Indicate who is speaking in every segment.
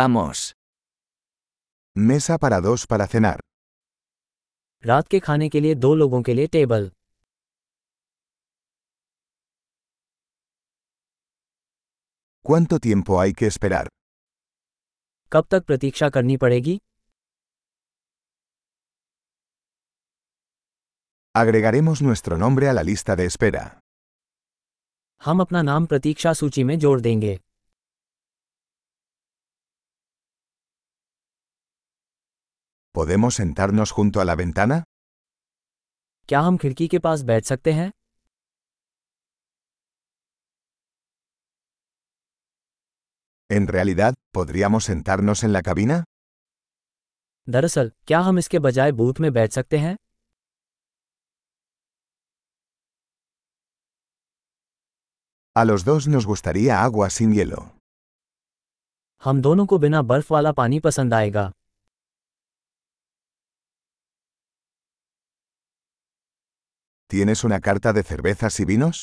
Speaker 1: Vamos.
Speaker 2: Mesa para dos para cenar.
Speaker 3: रात के खाने के लिए दो लोगों के लिए टेबल
Speaker 2: ¿Cuánto tiempo hay que esperar?
Speaker 3: कब तक प्रतीक्षा करनी पड़ेगी
Speaker 2: Agregaremos nuestro nombre a la lista de espera.
Speaker 3: हम अपना नाम प्रतीक्षा सूची में जोड़ देंगे
Speaker 2: ¿Podemos sentarnos junto a la ventana?
Speaker 3: क्या हम खिड़की के पास बैठ सकते हैं
Speaker 2: En realidad, ¿podríamos sentarnos en la cabina?
Speaker 3: दरअसल क्या हम इसके बजाय बूथ में बैठ सकते हैं
Speaker 2: A los dos nos gustaría agua sin hielo.
Speaker 3: हम दोनों को बिना बर्फ वाला पानी पसंद आएगा
Speaker 2: ¿Tienes una carta de cervezas y vinos?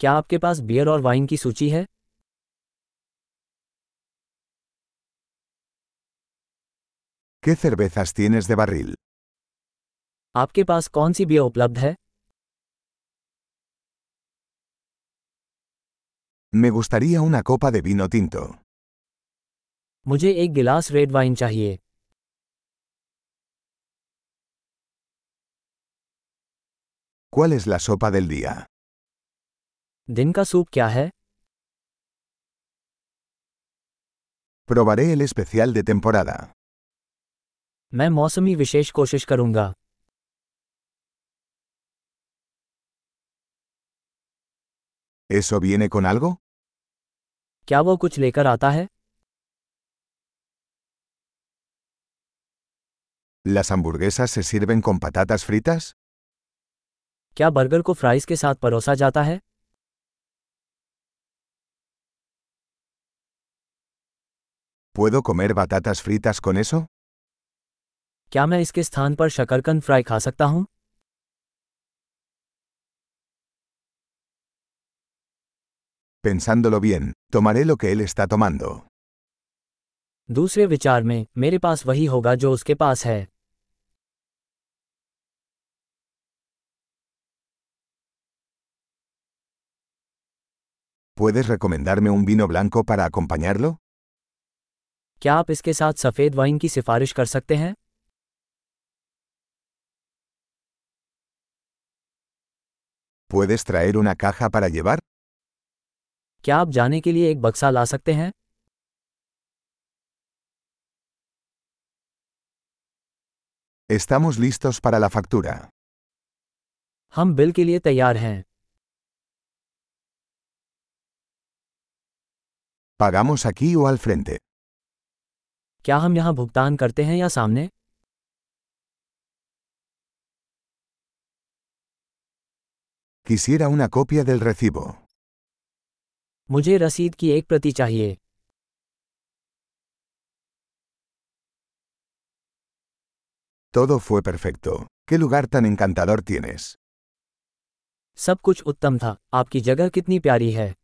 Speaker 3: क्या आपके पास बियर और वाइन की सूची है
Speaker 2: ¿Qué cervezas tienes de barril?
Speaker 3: आपके पास कौन सी बियर उपलब्ध है
Speaker 2: Me gustaría una copa de vino tinto.
Speaker 3: मुझे एक गिलास रेड वाइन चाहिए
Speaker 2: ¿Cuál es la sopa del día?
Speaker 3: दिन का सूप क्या है
Speaker 2: Probaré el especial de temporada.
Speaker 3: मैं मौसमी विशेष कोशिश करूंगा
Speaker 2: ¿Eso viene con algo?
Speaker 3: क्या वो कुछ लेकर आता है
Speaker 2: ¿Las hamburguesas se sirven con patatas fritas?
Speaker 3: क्या बर्गर को फ्राइज के साथ परोसा जाता है
Speaker 2: ¿Puedo comer batatas fritas con eso?
Speaker 3: क्या मैं इसके स्थान पर शकरकंद फ्राई खा सकता हूँ
Speaker 2: Pensándolo bien, tomaré lo que él está tomando.
Speaker 3: दूसरे विचार में मेरे पास वही होगा जो उसके पास है
Speaker 2: ¿Puedes recomendarme un vino blanco para acompañarlo?
Speaker 3: क्या आप इसके साथ सफ़ेद वाइन की सिफारिश कर सकते हैं
Speaker 2: ¿Puedes traer una caja para llevar?
Speaker 3: क्या आप जाने के लिए एक बक्सा ला सकते हैं
Speaker 2: Estamos listos para la factura.
Speaker 3: हम बिल के लिए तैयार हैं
Speaker 2: ¿Pagamos aquí o al frente?
Speaker 3: क्या हम यहाँ भुगतान करते हैं या सामने
Speaker 2: Quisiera una copia del recibo.
Speaker 3: मुझे रसीद की एक प्रति चाहिए
Speaker 2: Todo fue perfecto. ¿Qué lugar tan encantador tienes?
Speaker 3: सब कुछ उत्तम था आपकी जगह कितनी प्यारी है